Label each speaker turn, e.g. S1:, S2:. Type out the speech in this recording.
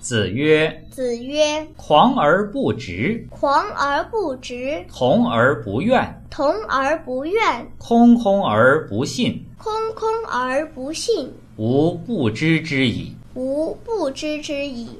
S1: 子曰
S2: 子曰：“
S1: 狂而不直，：“
S2: 狂而不直，
S1: 同而不怨，
S2: 同而不怨，
S1: 空空而不信，
S2: 空空而不信，
S1: 吾不知之矣。”
S2: 吾不知之矣。”